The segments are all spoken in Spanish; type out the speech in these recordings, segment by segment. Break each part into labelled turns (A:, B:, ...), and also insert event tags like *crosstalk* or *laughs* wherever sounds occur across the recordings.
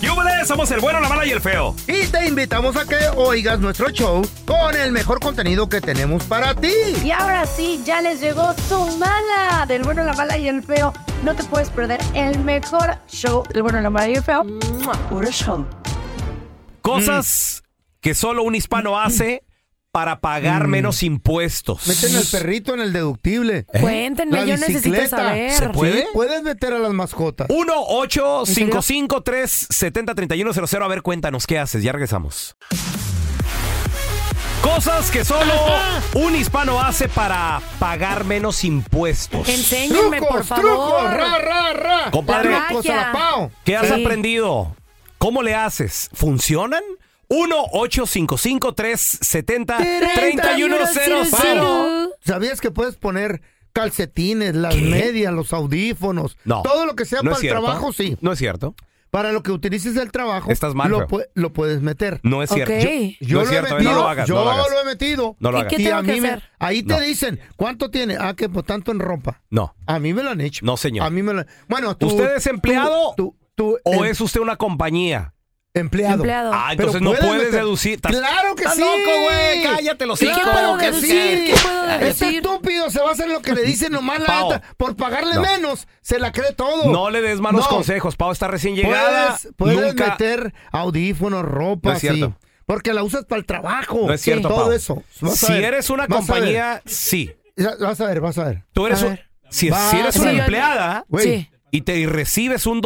A: ¡Yúbele! Somos el bueno, la mala y el feo.
B: Y te invitamos a que oigas nuestro show con el mejor contenido que tenemos para ti.
C: Y ahora sí, ya les llegó su mala del bueno, la mala y el feo. No te puedes perder el mejor show del bueno, la mala y el feo. Puro show.
A: Cosas que solo un hispano hace para pagar menos impuestos. ¿Eh?
B: Meten Mm. al perrito en el deductible.
D: Cuéntenme, yo necesito saber.
A: ¿Se puede?
B: Sí, puedes meter a las mascotas.
A: 1 855 370 3100 A ver, cuéntanos, ¿qué haces? Ya regresamos. Cosas que solo un hispano hace para pagar menos impuestos.
D: Enséñenme, por favor.
B: trucos, ra, ra, ra.
A: Compadre.
B: trucos a la
D: Magia.
B: pao.
A: ¿Qué has
D: Sí.
A: aprendido? ¿Cómo le haces? ¿Funcionan? 1-855-370-3100.
B: ¿Sabías que puedes poner calcetines, las
A: ¿Qué?
B: medias, los audífonos?
A: No.
B: Todo lo que sea
A: No
B: para
A: es
B: el
A: cierto.
B: trabajo, sí.
A: No es cierto.
B: Para lo que utilices el trabajo,
A: Estás mal,
B: lo,
A: feo.
B: pue- lo puedes meter.
A: No es cierto.
D: Ok.
A: Yo- no es
B: he
A: cierto, eh,
B: metido,
A: no lo hagas.
B: yo
A: no lo hagas.
B: he metido.
A: No lo
D: ¿Y
A: hagas.
D: qué
B: Y
D: tengo
B: a
D: que
B: mí me-
D: hacer?
B: ahí te
A: No.
B: dicen, ¿cuánto tiene? Ah, que por tanto en ropa.
A: No.
B: A mí me lo han hecho.
A: No, señor.
B: A mí me lo Bueno, tú.
A: ¿Usted es
B: tú-
A: empleado
B: tú- tú-
A: ¿O
B: em-
A: es usted una compañía?
B: empleado?
D: Empleado.
A: Ah,
B: Pero
A: entonces no puedes
B: meter-
A: deducir. Estás-
B: Claro que
A: estás
B: sí.
A: loco, güey. Cállate los
B: Claro
A: hijos.
D: puedo
B: que
D: deducir?
B: sí.
D: ¿Qué puedo
B: Este
D: deducir?
B: estúpido se va a hacer lo que le dicen nomás la
A: Pao.
B: neta. Por pagarle
A: No.
B: menos, se la cree todo.
A: No le des malos
B: No.
A: consejos. Pau está recién llegada.
B: Puedes, puedes
A: Nunca.
B: meter audífonos, ropa,
A: No es cierto.
B: sí, Porque la usas para el trabajo.
A: No es cierto,
B: Todo
A: Pau.
B: eso. Vas a
A: Si
B: ver,
A: eres una
B: vas a ver,
A: compañía, sí.
B: ya- Vas a ver, vas a ver.
A: Tú eres
B: A
A: un-
B: ver,
A: si,
B: Vas
A: si eres
B: a
A: una
B: ver.
A: empleada
B: güey.
D: Sí.
A: y te y recibes un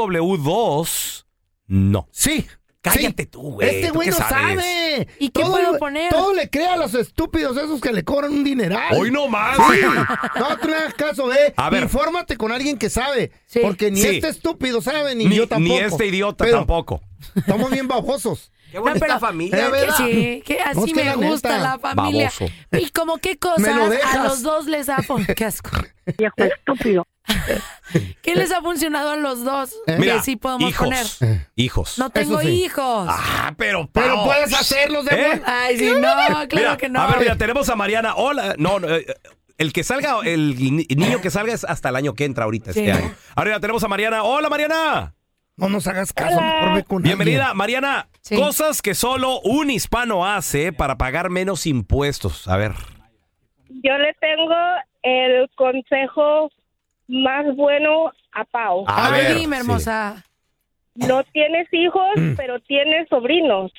A: W2, no.
B: Sí.
A: Cállate
B: sí.
A: tú, güey.
B: Este
A: ¿Tú
B: güey
A: qué
B: no
A: sabes?
B: sabe.
D: ¿Y qué
B: Todo
D: puedo
B: le-
D: poner?
B: Todo le crea a los estúpidos esos que le cobran un dineral.
A: Hoy no más.
B: No te hagas caso, ve.
A: A ver.
B: Infórmate con alguien que sabe.
D: Sí.
B: Porque ni
A: Sí.
B: este estúpido sabe, ni,
A: Ni,
B: yo tampoco.
A: ni este idiota
B: Pero
A: tampoco.
B: Estamos bien babosos.
A: *laughs* Qué
D: bonita pero-
B: Eh,
A: familia.
B: a ver,
D: Que sí, que así
B: No, es que
D: me
B: la
D: gusta
B: neta.
D: la familia.
A: Baboso.
D: Y como
B: *laughs*
D: qué
B: Me
D: cosas
B: lo dejas.
D: a los dos les ha fun- qué asco.
C: Viejo estúpido.
D: *laughs* ¿Qué les ha funcionado a los dos?
B: Eh.
A: Mira,
D: que sí podemos
A: hijos.
D: poner.
A: Hijos.
D: No tengo
B: sí.
D: hijos.
A: Ah, pero
B: Pero
A: Pau.
B: puedes hacerlos de
A: ¿Eh?
B: vuelta.
D: Ay, sí, no, claro
A: Mira,
D: que no.
A: A ver, mira, tenemos a Mariana. Hola. No, no, eh, el que salga, el ni- niño que salga es hasta el año que entra ahorita
D: Sí.
A: este año. Ahora ya tenemos a Mariana. Hola, Mariana.
B: No nos hagas caso, mejor ve con
A: Bienvenida, Mariana.
D: Sí.
A: Cosas que solo un hispano hace para pagar menos impuestos. A ver.
E: Yo le tengo el consejo más bueno a Pau.
A: A
D: Ay,
A: ver,
D: dime,
A: sí. Mm.
D: hermosa.
E: No tienes hijos, pero tienes sobrinos.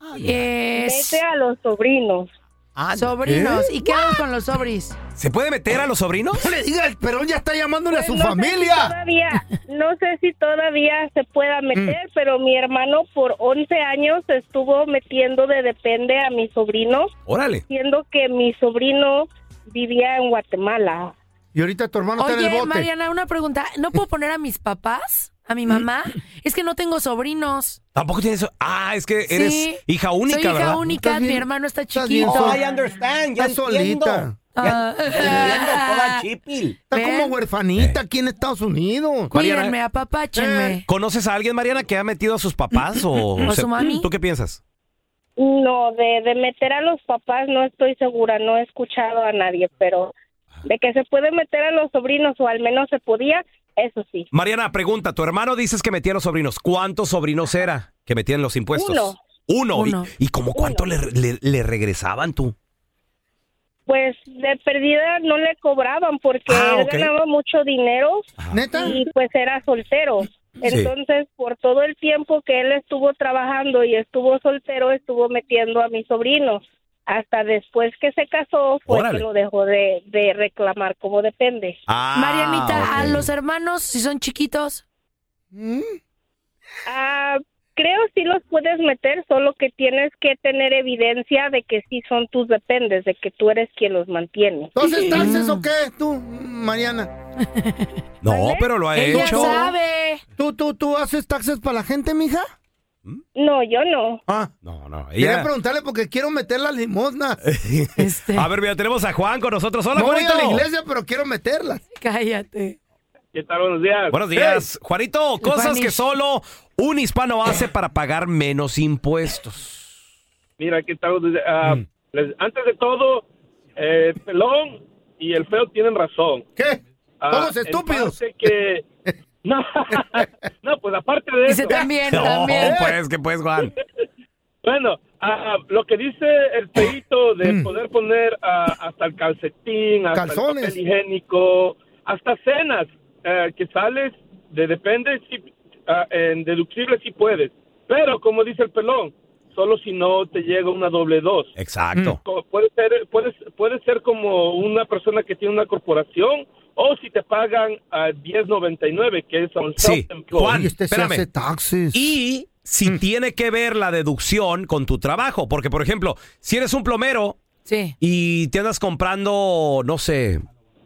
B: alguien. ¿Eh?
D: Yes.
E: Mete a los sobrinos.
A: Ah,
D: Sobrinos. ¿Y qué hago con los sobris?
A: ¿Se puede meter a los sobrinos?
B: No le diga, el Perón ya está llamándole a su
E: No sé si
B: familia.
E: todavía, no sé si todavía se pueda
A: Mm.
E: meter, pero mi hermano por 11 años estuvo metiendo de depende a mi sobrino,
A: Órale.
E: siendo que mi sobrino vivía en Guatemala.
B: Y ahorita tu hermano está en el
D: Oye,
B: bote. Mm.
D: Mariana, una pregunta. ¿No puedo poner a mis papás? ¿A mi mamá? Es que no tengo sobrinos.
A: Tampoco tienes. Ah, es
B: E-,
A: que
D: Sí.
A: eres hija única,
D: Soy hija
A: ¿verdad?
D: única,
B: Estás bien-
D: mi hermano está
B: estás bien
D: chiquito.
B: sola. I
A: understand.
B: Está solita.
D: Ah,
B: Está
D: Ven.
B: como huerfanita aquí en Estados Unidos. Eh,
D: Cuídenme,
A: Mariana-
D: apapáchenme.
A: Eh, ¿Conoces a alguien, Mariana, que ha metido a sus papás o,
D: a su mami?
A: ¿Tú qué piensas?
E: No, de, de meter a los papás no estoy segura, no he escuchado a nadie, pero de que se puede meter a los sobrinos o al menos se podía, Eso sí.
A: Mariana, pregunta, tu hermano dices que metía a los sobrinos. ¿Cuántos sobrinos era que metían los impuestos?
E: Uno.
A: Uno. ¿Y-
E: Uno.
A: ¿Y, cómo cuánto le, le- le regresaban tú?
E: Pues de perdida no le cobraban porque
A: Ah,
E: él
A: ok. Ah.
E: ganaba mucho dinero. Y pues era soltero. Entonces, por todo el tiempo que él estuvo trabajando y estuvo soltero, estuvo metiendo a mis sobrinos. Hasta después que se casó fue
D: Órale.
E: que lo dejó de, de reclamar como depende.
D: Marianita, a
E: ok.
D: los hermanos, si son chiquitos.
E: Mm. Ah, creo sí los puedes meter, solo que tienes que tener evidencia de que sí son tus dependes, de que tú eres quien los mantiene.
B: ¿Entonces
D: Mm.
B: taxes o qué tú, Mariana?
A: No, pero lo ha
B: Ella
A: hecho.
B: sabe. ¿Tú, tú, tú haces taxes para la gente, mija?
E: No, yo no.
B: Ah,
A: No, no.
B: quería
A: ella-
B: preguntarle porque quiero meter la limosna.
A: Eh, *laughs*
B: Este.
A: A ver, mira, tenemos a Juan con nosotros. Hola,
B: no voy
A: Juanito.
B: a la iglesia, pero quiero meterla.
D: Cállate.
F: ¿Qué tal? Buenos días.
A: Buenos días. Juanito, cosas
F: Juanish.
A: que solo un hispano hace para pagar menos impuestos.
F: Mira, aquí estamos. desde- ah,
A: Mm.
F: les- antes de todo, eh, el pelón y el feo tienen razón.
B: ¿Qué?
F: Somos estúpidos.
B: *laughs*
F: Que... *laughs* No, no, pues aparte de eso.
A: *laughs* No, pues, que pues, Juan.
F: Bueno, ah, lo que dice el peito de
A: Mm.
F: poder poner ah, hasta el calcetín, hasta
B: Calzones.
F: el papel higiénico, hasta cenas eh, que sales, de depende si ah, en deductible si puedes, pero como dice el pelón, solo si no te llega una doble dos.
A: Exacto.
F: Co- Puede ser, puede, puede ser como una persona que tiene una corporación o si te pagan a 10.99 que es a un
A: Mm. Sí,
F: self-employed.
A: Juan, espérame.
B: este taxes. Mm.
A: Y si tiene que ver la deducción con tu trabajo, porque por ejemplo, si eres un plomero y te andas comprando, no sé,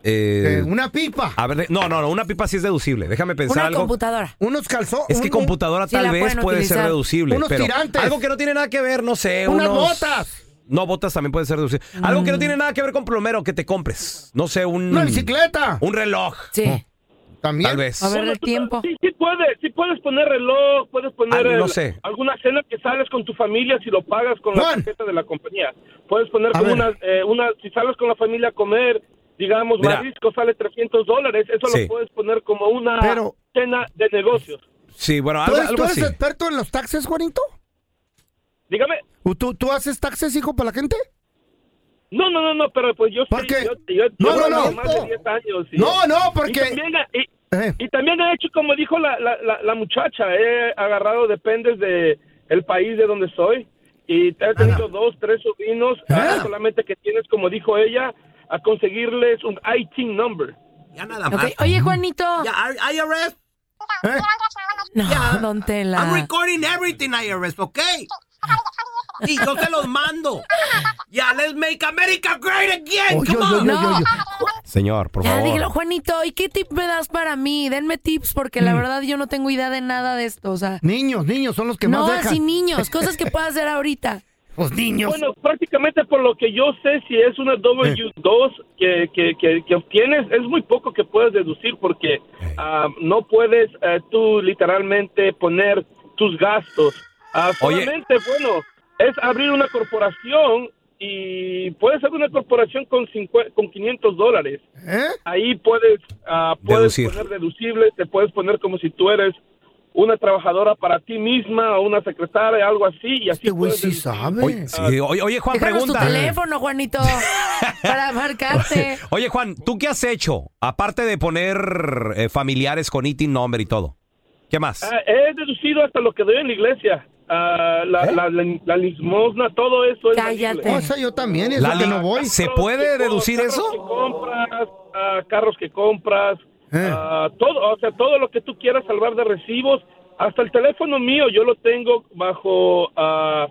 A: eh,
B: Una pipa.
A: a ver, de- no, no, no, una pipa sí es deducible. Déjame pensar
D: Una
A: algo.
D: computadora.
B: Unos calzones.
A: Es que computadora tal vez puede ser deducible, pero algo que no tiene nada que ver, no sé,
B: Eh, Unas
A: unos-
B: botas. Mm.
A: No, botas también puede ser deducible. Algo que no tiene nada que ver con plomero que te compres, no sé, un
B: Una bicicleta.
A: un reloj.
D: Sí.
B: También.
A: Tal vez.
D: tiempo.
F: Sí, sí puedes, sí puedes poner reloj, puedes poner
A: Ah, no
F: el-
A: sé.
F: alguna cena que sales con tu familia si lo pagas con la tarjeta de la compañía. Puedes poner
A: A
F: como
A: ver.
F: una, eh, una, si sales con la familia a comer, digamos,
A: Mira.
F: marisco sale 300 dólares, eso
A: Sí.
F: lo puedes poner como una cena de negocios.
A: Sí, bueno,
B: ¿Tú
A: algo,
B: eres,
A: algo
B: tú eres
A: así.
B: experto en los taxes, Juanito?
F: Dígame.
B: ¿Tú, tú haces taxes, hijo, para la gente?
F: No, no, no, no, pero pues yo
B: ¿Por
F: sí,
B: qué?
F: yo, yo-
B: No, no,
F: yo
B: no.
F: tengo más de 10 años. y-
B: No, no, porque-
F: Y también, y- y también ha hecho, como dijo la, la, la, la muchacha, he agarrado, dependes de el país de donde soy, y he tenido dos, tres sobrinos, ah, solamente que tienes, como dijo ella, a conseguirles un IT number.
A: Ya nada
D: Ok, Oye, Juanito.
G: IRS.
B: ¿Eh?
D: No, don Tela.
B: Ah.
G: I'm recording everything IRS, okay? Y yo te los mando. Ya, let's make America great again. Come on.
D: No,
A: Señor, por
D: ya
A: favor.
D: dígelo, Juanito. ¿Y qué tip me das para mí? Denme tips porque
B: Mm.
D: la verdad yo no tengo idea de nada de esto. O sea,
B: Niños, niños son los que
D: no
B: más dejan.
D: así niños, cosas que pueda hacer ahorita.
B: Los niños.
F: Bueno, prácticamente por lo que yo sé, si es una W2 que, que, que, que obtienes, es muy poco que puedes deducir porque ah, no puedes eh, tú literalmente poner tus gastos. Ah,
A: Oye.
F: solamente, bueno, es abrir una corporación y puedes hacer una corporación con, cincue- con 500 dólares. Ahí puedes, ah, puedes
A: Deducir.
F: poner deducible, te puedes poner como si tú eres una trabajadora para ti misma o una secretaria, algo así, y así puedes deducir.
A: Oye, sí, oye, oye, Juan,
D: Ah, Déjanos
A: pregunta.
D: tu
B: *laughs*
D: teléfono, Juanito, para marcarte.
A: Oye, Juan, ¿tú qué has hecho? Aparte de poner eh, familiares con itin nombre y todo. ¿Qué más?
F: Ah, he deducido hasta lo que doy en la iglesia. Ah, la,
D: ¿Eh?
F: la- la- la limosna, todo eso. es deducible.
B: O sea, yo también, y
A: La
B: eso que
A: li-
B: no voy.
A: ¿Se puede deducir
F: carros
A: eso?
F: Que compras, ah, carros que compras,
D: Eh.
F: ah, todo, o sea, todo lo que tú quieras salvar de recibos. Hasta el teléfono mío yo lo tengo bajo ah,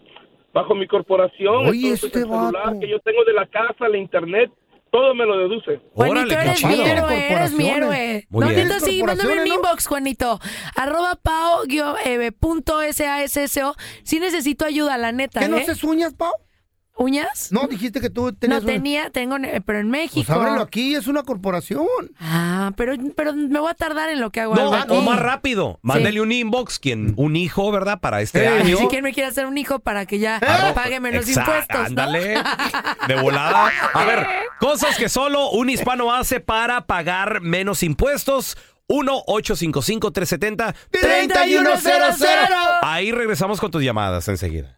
F: bajo mi corporación.
B: Oye,
F: Entonces,
B: este
F: el celular que yo tengo de la casa, la internet, todo me lo deduce.
D: Juanito, eres mi héroe, eres Pues, mi héroe.
F: Muy
D: no,
F: bien.
D: neta, sí, mándame un
F: Corporaciones, ¿no?
D: inbox, Juanito. Arroba pao guio- eh, punto SASSO. Sí necesito ayuda, la neta.
B: ¿Qué no
D: ¿eh?
B: haces uñas, Pau?
D: ¿Uñas?
B: No, Ah, dijiste que tú
D: No
B: tenías... una-
D: tenía, tengo, eh, pero en
B: Pues
D: México.
B: ábrelo aquí, es una corporación.
D: Ah, pero, pero me voy a tardar en lo que hago.
A: No,
D: algo
A: o
D: aquí.
A: más rápido. Mándele un inbox, quien, un hijo, ¿verdad? Para este año. Ah,
D: Si quien me quiere hacer un hijo para que ya pague menos
A: Exacto,
D: impuestos. ¿no?
A: Ándale. De volada. A ver, cosas que solo un hispano hace para pagar menos impuestos. 1-855-370-3100. Ahí regresamos con tus llamadas enseguida.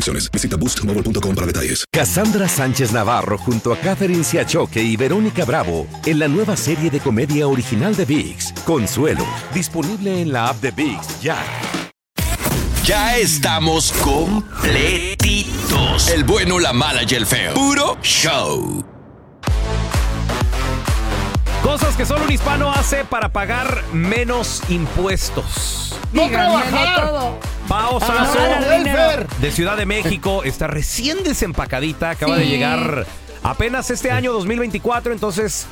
H: Visita boostmobile.com para detalles.
I: Cassandra Sánchez Navarro junto a Catherine Siachoque y Verónica Bravo en la nueva serie de comedia original de VIX, Consuelo, disponible en la app de VIX ya.
J: Ya estamos completitos. El bueno, la mala y el feo. Puro show.
A: Cosas que solo un hispano hace para pagar menos impuestos.
B: ¡No trabajar!
A: Pao
B: Ah,
A: Sasso,
B: no, no, welfare.
A: de Ciudad de México, está recién desempacadita, acaba de
B: Sí.
A: llegar apenas este año 2024, entonces...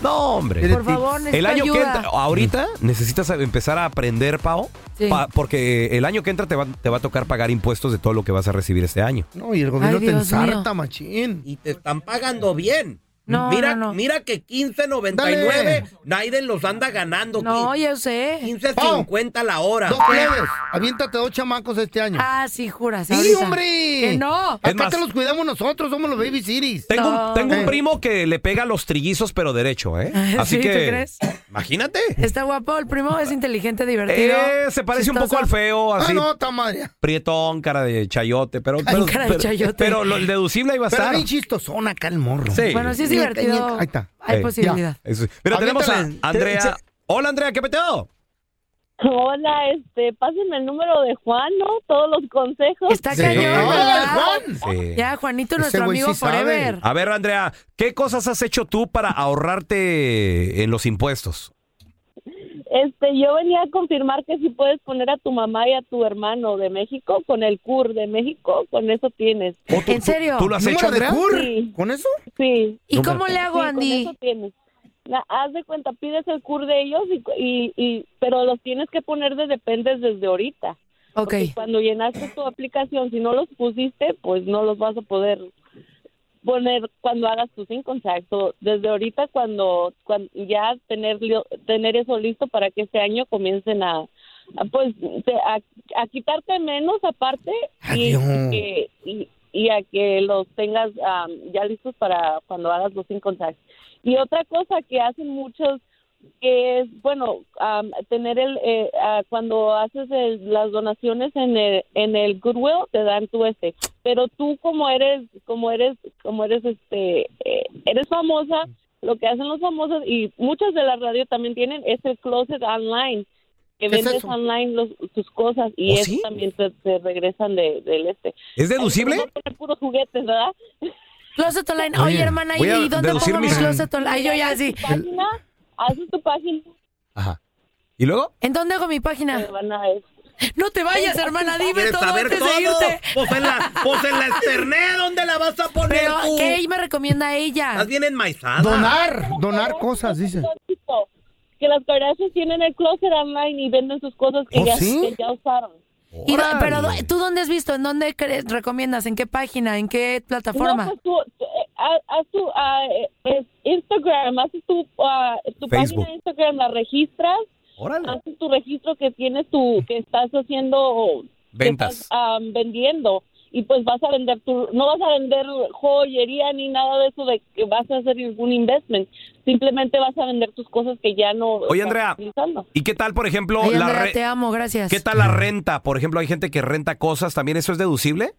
A: No, hombre.
D: Por favor, necesito
A: El año que
D: ayuda.
A: entra, ahorita necesitas empezar a aprender, Pao,
D: Sí.
A: pa- porque el año que entra te va, te va a tocar pagar impuestos de todo lo que vas a recibir este año.
B: No, y el
A: gobierno
B: te Dios mío.
G: machín. Y te están pagando bien.
D: No,
G: mira,
D: no, no.
G: mira que 15.99 Naiden los anda ganando.
D: No, yo sé.
G: 15.50 la hora.
B: Dos plebes. Aviéntate dos chamacos este año.
D: Ah, sí, juras.
B: Sí,
D: ahorita.
B: hombre.
D: Que no.
B: Acá
A: Es más-
B: te
D: *laughs*
B: los cuidamos nosotros, somos los baby cities.
A: Tengo, un- tengo un
B: Eh.
A: primo que le pega a los trillizos, pero derecho, ¿eh? Así
D: Ah, ¿Sí,
A: que.
D: tú crees?
A: Imagínate.
D: Está guapo, el primo es inteligente, divertido.
A: Eh, se parece un poco al feo, así.
B: ta Ah, madre.
A: Prietón, cara de chayote, pero. pero,
B: cara de
A: pero-
B: chayote.
A: pero lo- el deducible iba a
B: Pero
A: estar.
B: bien chistosón acá el morro.
A: Sí. Bueno,
D: sí es
B: Ñeca,
D: divertido.
B: Ñeca. Ahí está.
D: Hay
A: Eh,
D: posibilidad.
A: ya. Eso- Mira, tenemos a
K: Aviéntala.
A: Andrea.
K: Sí.
A: Hola, Andrea, ¿qué peteo?
K: Hola, este, pásenme el número de Juan, ¿no? Todos los consejos.
D: Está
A: Sí.
D: cañón, ¿verdad?
A: Sí.
D: Ya, Juanito,
A: Ese
D: nuestro
A: güey
D: amigo
A: sí sabe.
D: forever.
A: A ver, Andrea, ¿qué cosas has hecho tú para ahorrarte en los impuestos?
K: Este, yo venía a confirmar que si puedes poner a tu mamá y a tu hermano de México con el CUR de México, con eso tienes.
A: Oh.
D: ¿En serio?
A: tú lo has hecho, Andrea?
K: Sí.
B: ¿Con eso?
K: Sí.
D: ¿Y cómo le hago,
K: Sí,
D: Andy?
K: Con eso tienes. Na- haz de cuenta, pides el CUR de ellos, y, y, y- pero los tienes que poner de dependes desde ahorita. Porque cuando llenaste tu aplicación, si no los pusiste, pues no los vas a poder poner cuando hagas tus income tax. O desde ahorita, cuando, cuan- ya tener, lio- tener eso listo para que este año comiencen a, a, pues, te- a, a quitarte menos aparte y,
L: Adiós.
K: que, y, y a que los tengas am, ya listos para cuando hagas los income tax. Y otra cosa que hacen muchos que es bueno am, tener el eh, ah, cuando haces el- las donaciones en el en el Goodwill te dan tu este pero tú como eres como eres como eres este eh, eres famosa lo que hacen los famosos y muchas de las radios también tienen es el closet online que
A: ¿Qué es
K: vendes
A: eso?
K: online los, tus cosas y
A: ¿Oh,
K: eso
A: sí?
K: también te, te regresan de, del este
A: ¿Es deducible?
K: Ay, no tener puros juguetes verdad
D: Closet online. Oye, hermana,
A: voy a
D: ¿y dónde
A: deducir
D: pongo mi
A: mis-
D: closet online? Ay, yo ya sí.
K: página haces tu página
A: ¿Y luego?
D: ¿En dónde hago mi página? No te vayas, hermana, dime
G: ¿Quieres
D: todo
G: saber
D: antes
G: todo?
D: de irte.
G: Pues en la, pues en la externet, ¿dónde la vas a poner
D: Pero,
G: tú?
D: ¿qué me recomienda ella?
G: Estás bien enmaizada.
B: Donar, donar cosas, dice.
K: Tipo, que las Kardashians tienen el closet online y venden sus cosas que,
B: ¿Oh,
K: ya,
B: sí?
K: que ya usaron.
D: Y do- pero, do- ¿tú dónde has visto? ¿En dónde cre- recomiendas? ¿En qué página? ¿En qué plataforma?
K: No, pues tú, tú, eh, haz- haz tu ah, eh, eh, Instagram, haces tu, ah, tu página
M: Facebook.
K: de Instagram, la registras,
M: Órale.
K: haces tu registro que tienes tu, que estás haciendo, que
M: Ventas.
K: estás, ah, vendiendo. Y pues vas a vender tu, no vas a vender joyería ni nada de eso de que vas a hacer ningún investment. Simplemente vas a vender tus cosas que ya no.
A: Oye,
K: estás
A: Andrea,
K: utilizando.
A: ¿y qué tal, por ejemplo,
D: Ay,
A: la
D: Andrea,
A: re-
D: te amo, gracias.
A: ¿Qué tal la renta? Por ejemplo, hay gente que renta cosas, ¿también eso es deducible?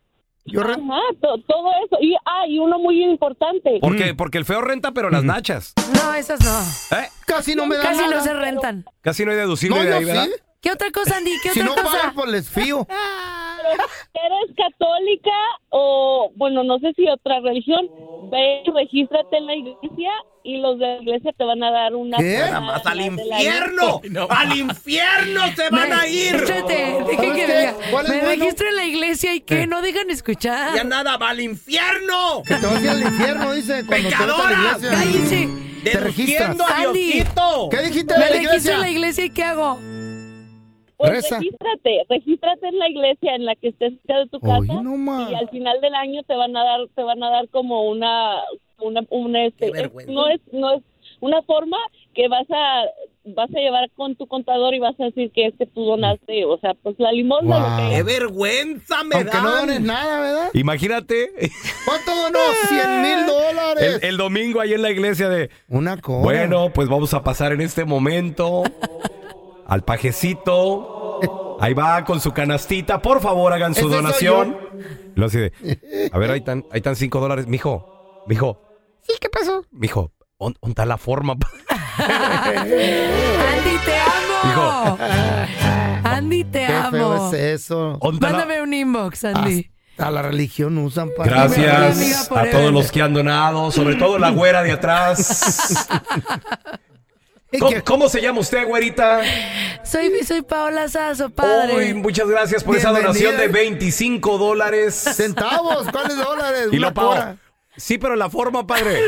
G: Ajá,
K: to- todo eso. Y hay uno muy importante.
A: ¿Por qué? Porque el feo renta, pero las nachas.
D: No, esas no.
A: ¿Eh?
B: Casi no me dan
D: Casi
B: nada.
D: no se rentan.
A: Casi no hay deducible de ahí, ¿verdad?
D: ¿Qué otra cosa, Andy? ¿Qué
B: Si
D: otra
B: no
D: cosa?
B: pagas, pues les fío.
K: eres católica o, bueno, no sé si otra religión, ve y regístrate en la iglesia y los de la iglesia te van a dar una...
G: ¿Qué?
K: forma
G: Nada más al
K: de la- de la-
G: infierno. Al infierno se van a ir.
D: Espérate, dejen que diga. Me registro en la iglesia y que no dejan escuchar.
G: Ya nada, va al infierno.
B: Eh. Que te vas a ir al infierno, dice. Cuando te vas a la
G: ¡Pecadora!
B: iglesia.
G: ¡Cállense!
B: Te registras.
G: Deduciendo a Diosito.
B: ¿Qué dijiste de
D: Me
B: la
D: registro
B: iglesia?
D: en la iglesia y ¿qué hago?
K: Pues
B: Reza.
K: regístrate, regístrate en la iglesia en la que estés cerca de tu casa
B: Oye, no más.
K: y al final del año te van a dar, te van a dar como una, una, una este, es-
G: vergüenza.
K: no es, no es una forma que vas a, vas a llevar con tu contador y vas a decir que es que tú donaste, o sea, pues la limosna lo que
G: ¡Qué vergüenza me
B: Aunque
G: dan!
B: no dones nada, ¿verdad?
A: Imagínate
B: ¿Cuánto donó? 100 mil dólares.
A: el, el domingo ahí en la iglesia de...
B: Una cosa.
A: Bueno, pues vamos a pasar en este momento al pajecito. Ahí va con su canastita. Por favor, hagan su
G: Ese soy
A: donación. Lo así de... A ver, ahí están, ahí están cinco dólares. Mijo, mijo,
B: Sí, ¿qué pasó?
A: mijo, ¿on- ¿onta la forma?
D: *laughs*
A: *laughs*
D: Andy, te amo. Andy, te
B: Qué feo
D: amo.
B: es eso.
D: Mándame un inbox, Andy.
B: A la religión usan para.
A: Gracias a todos los que han donado, sobre todo la güera de
B: *laughs*
A: atrás. ¿Cómo, cómo se llama usted, güerita?
D: Soy, soy Paola Sazo, padre.
A: Uy, muchas gracias por esa
G: Bienvenida.
A: donación de 25 dólares.
B: Centavos, ¿cuáles dólares?
A: Y
B: Una
A: lo pagó.
B: cora.
A: Sí, pero la forma, padre.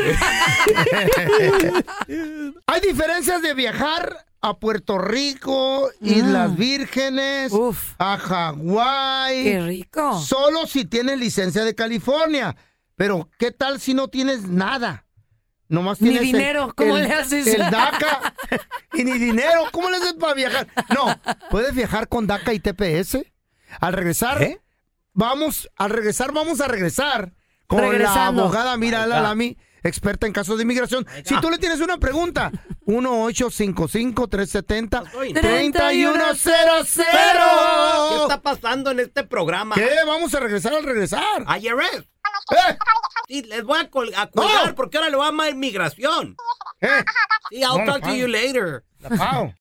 B: *laughs* Hay diferencias de viajar a Puerto Rico,
D: Mm.
B: Islas Vírgenes, a Hawái.
D: Qué rico.
B: Solo si tienes licencia de California. Pero, ¿qué tal si no tienes nada? Nomás
D: Ni
B: tienes el-
D: dinero, ¿cómo
B: el-
D: le haces?
B: El DACA *laughs* y ni dinero. ¿Cómo le haces para viajar? No, puedes viajar con DACA y TPS. Al regresar, vamos, al regresar, vamos a regresar con la
G: Regresando.
B: abogada Mira
G: Ahí está.
B: Lalami, experta en casos de inmigración. Si tú le tienes
G: *laughs*
B: una pregunta, 1-855-370-3100.
G: ¿Qué está pasando en este programa?
B: ¿Qué? Vamos a regresar al regresar. Eh.
G: IRS. Sí, les voy a, col- a colgar porque ahora le va a llamar migración. Sí, I'll
B: Eh. No, la
G: talk to
B: pago.
G: you later.
B: La pago.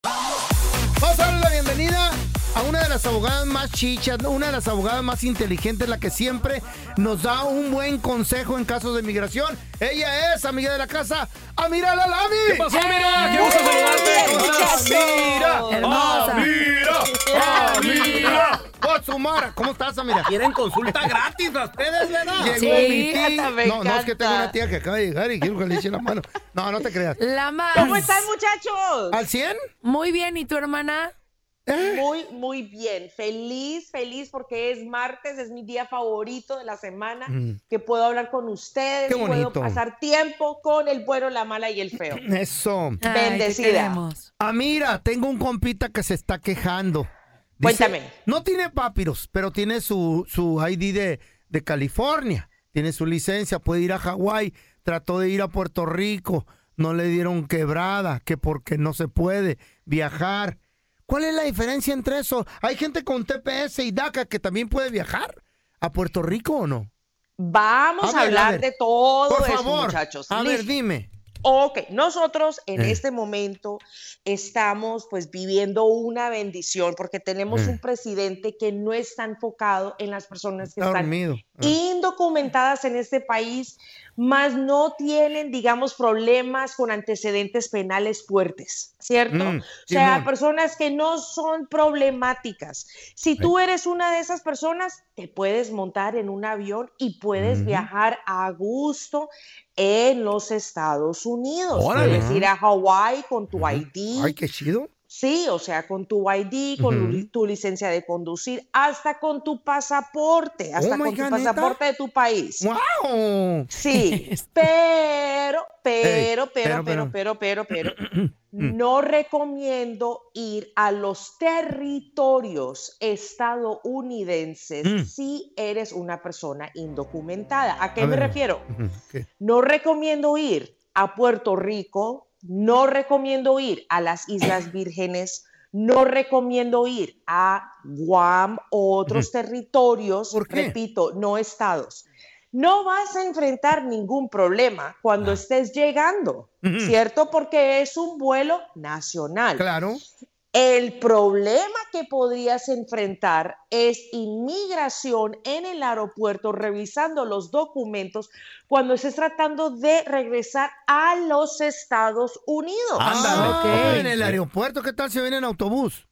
B: Vamos a darle la bienvenida a una de las abogadas más chichas, ¿no? una de las abogadas más inteligentes, la que siempre nos da un buen consejo en casos de migración. Ella es amiga de la casa, Amira Lalami. ¿Qué
G: pasó, Amira? ¡Qué gusto
B: saludarte!
G: Hermosa.
B: ¡Amira! ¡Amira! ¡Amira! ¿Cómo estás, Amira?
G: Quieren consulta gratis a ustedes, ¿verdad?
B: Llegó mi tía. No, no, es que tengo una tía que acaba de llegar y quiero que le eche la mano. No, no te creas.
D: La más.
L: ¿Cómo están, muchachos?
B: ¿Al Eh. 100?
D: Muy bien, ¿y tu hermana?
L: Muy, muy bien. Feliz, feliz porque es martes, es mi día favorito de la semana,
B: Mm.
L: que puedo hablar con ustedes,
B: Qué
L: puedo
B: bonito.
L: pasar tiempo con el bueno, la mala y el
B: *clears throat*
L: feo.
B: Eso.
L: Ay, Bendecida. te queremos.
B: Ah, mira, tengo un compita que se está quejando. Dice,
L: Cuéntame.
B: No tiene papiros, pero tiene su, su ID de, de California. Tiene su licencia, puede ir a Hawái. Trató de ir a Puerto Rico. No le dieron quebrada, que porque no se puede viajar. ¿Cuál es la diferencia entre eso? ¿Hay gente con TPS y DACA que también puede viajar a Puerto Rico o no?
L: Vamos a,
B: ver,
L: hablar
B: ver.
L: de todo
B: Por
L: eso,
B: favor,
L: muchachos.
B: A ver,
L: Listo.
B: dime.
L: Ok, nosotros en
B: Eh.
L: este momento estamos pues viviendo una bendición porque tenemos
B: Eh.
L: un presidente que no está enfocado en las personas que
B: Está
L: están
B: dormido.
L: indocumentadas en este país, más no tienen, digamos, problemas con antecedentes penales fuertes, ¿cierto?
M: Mm,
L: o sea,
M: Simón.
L: personas que no son problemáticas. Si tú eres una de esas personas, te puedes montar en un avión y puedes
M: Ujú.
L: viajar a gusto en los Estados Unidos.
B: Órale.
L: Puedes ir a Hawái con tu ID.
B: Ay, qué chido.
L: Sí, o sea, con tu ID, con
B: Ujú.
L: tu licencia de conducir, hasta con tu pasaporte, hasta
B: my
L: con tu
B: God, ¿neta?
L: pasaporte de tu país.
B: ¡Wow!
L: Sí, pero, pero, pero,
B: pero,
L: pero, pero, pero, pero, no recomiendo ir a los territorios estadounidenses
M: Mm.
L: si eres una persona indocumentada. ¿A qué
M: A
L: me
M: ver.
L: refiero? No recomiendo
B: *coughs*
L: ir a Puerto Rico, no recomiendo ir a las Islas Vírgenes, No recomiendo ir a Guam o otros territorios, repito, no estados. No vas a enfrentar ningún problema cuando estés llegando,
B: Ah. Ujú.
L: ¿cierto? Porque es un vuelo nacional.
B: Claro.
L: El problema que podrías enfrentar es inmigración en el aeropuerto revisando los documentos cuando estés tratando de regresar a los Estados Unidos.
B: Ándale. En el aeropuerto, ¿qué tal si viene en autobús?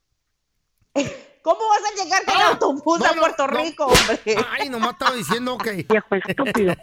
L: *laughs*
B: Ah.
L: ¿Cómo vas a llegar con autobús a Puerto Rico, hombre?
B: Ay, nomás estaba diciendo que.
L: estúpido.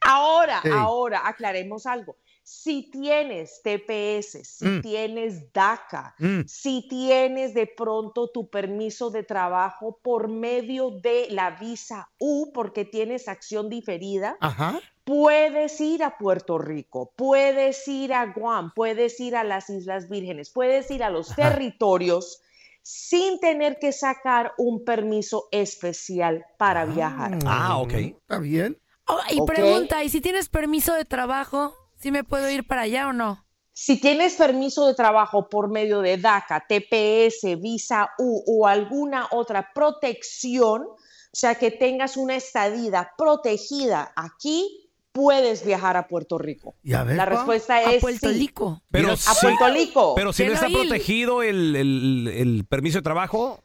L: Ahora,
B: Sí.
L: ahora, aclaremos algo. Si tienes TPS, si
B: Mm.
L: tienes DACA,
B: Mm.
L: si tienes de pronto tu permiso de trabajo por medio de la visa U, porque tienes acción diferida,
B: *laughs* Ajá.
L: Puedes ir a Puerto Rico, puedes ir a Guam, puedes ir a las Islas Vírgenes, puedes ir a los territorios sin tener que sacar un permiso especial para viajar.
A: Ah, ok.
B: Mm, Está bien.
D: Oh, y
L: Ok.
D: pregunta, ¿y si tienes permiso de trabajo, si me puedo ir para allá o no?
L: Si tienes permiso de trabajo por medio de DACA, TPS, Visa U o alguna otra protección, o sea que tengas una estadía protegida aquí, puedes viajar a Puerto Rico.
A: Ya ves,
L: La
A: pa.
L: respuesta
D: A
L: es
D: Puerto
L: sí.
D: Rico.
A: Pero
L: a
A: sí-
L: Puerto Rico.
A: Pero si no
L: Quiero
A: está
L: ir.
A: protegido el, el- el permiso de trabajo,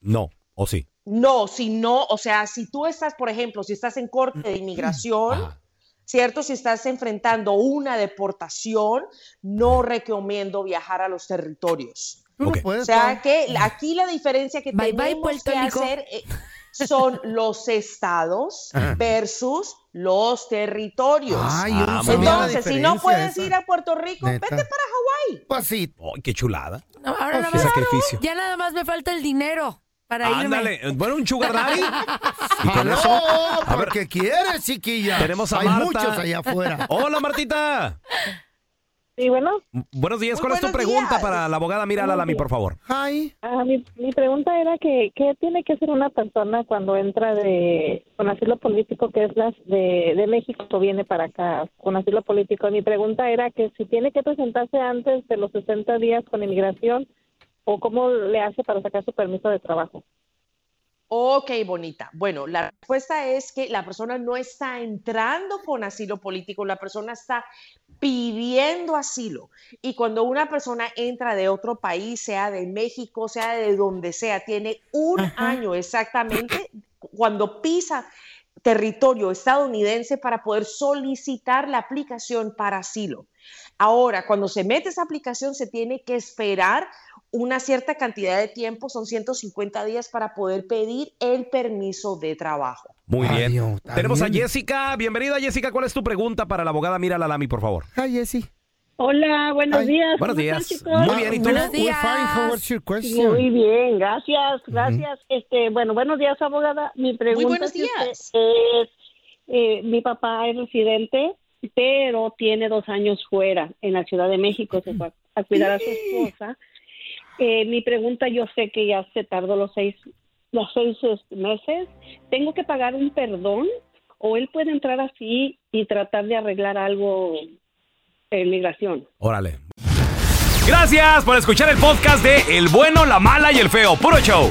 A: no, o sí.
L: No, si no, o sea, si tú estás, por ejemplo, si estás en corte
A: *clears throat*
L: de inmigración, ¿cierto? Si estás enfrentando una deportación, no recomiendo viajar a los territorios. o sea que la- aquí la diferencia que
D: Bye, bye,
L: tenemos
D: Puerto
L: que
D: Rico.
L: hacer eh,
A: *laughs*
L: son los estados
D: Ajá.
L: versus los territorios.
A: Ay, yo no sabía la
L: Entonces, si no
A: diferencia
L: puedes
A: esa.
L: ir a Puerto Rico,
A: Neta.
L: vete para Hawái.
B: Pues sí.
A: Ay, qué chulada.
D: No, ahora
A: Oh, Qué
D: nada más-
A: sacrificio.
D: Ya nada más me falta el dinero para *laughs* irme.
A: Ándale, bueno, un sugar daddy. Y con
B: Aló,
A: eso, a ver,
B: porque quieres, chiquilla.
A: tenemos a
B: Hay
A: Marta.
B: muchos allá afuera.
A: *laughs* Hola, Martita.
K: Sí, bueno.
A: Buenos días.
K: Muy
A: ¿Cuál es tu
K: buenos
A: pregunta
K: días.
A: para la abogada Mira
K: Buenos
A: Lalami,
K: días.
A: por favor?
K: Ah, mi, mi pregunta era que qué tiene que hacer una persona cuando entra de con asilo político que es las de, de México o viene para acá con asilo político. Mi pregunta era que si tiene que presentarse antes de los 60 días con inmigración o cómo le hace para sacar su permiso de trabajo.
L: Ok, bonita. Bueno, la respuesta es que la persona no está entrando con asilo político, la persona está pidiendo asilo. Y cuando una persona entra de otro país, sea de México, sea de donde sea, tiene un año exactamente cuando pisa territorio estadounidense para poder solicitar la aplicación para asilo. Ahora, cuando se mete esa aplicación, se tiene que esperar una cierta cantidad de tiempo, son 150 días para poder pedir el permiso de trabajo.
A: Muy bien. Tenemos a Jessica. Bienvenida, Jessica. ¿Cuál es tu pregunta para la abogada Mira Lalami, por favor?
B: Hi, Jessy.
K: Hola, buenos días.
A: buenos
K: ¿Cómo están,
A: días.
K: chicos?
A: Muy bien, ¿y tú? Buenos
B: We're fine. How was your question?
K: Muy bien, gracias, gracias. Este, bueno, buenos días, abogada. Mi pregunta
L: buenos
K: es que usted es, eh, mi papá es residente, pero tiene dos años fuera en la Ciudad de México, se fue a, a cuidar a su esposa. Eh, mi pregunta, yo sé que ya se tardó los seis, los seis este, meses. ¿Tengo que pagar un perdón o él puede entrar así y tratar de arreglar algo en migración?
A: Órale. Gracias por escuchar el podcast de El bueno, la mala y el feo. Puro show.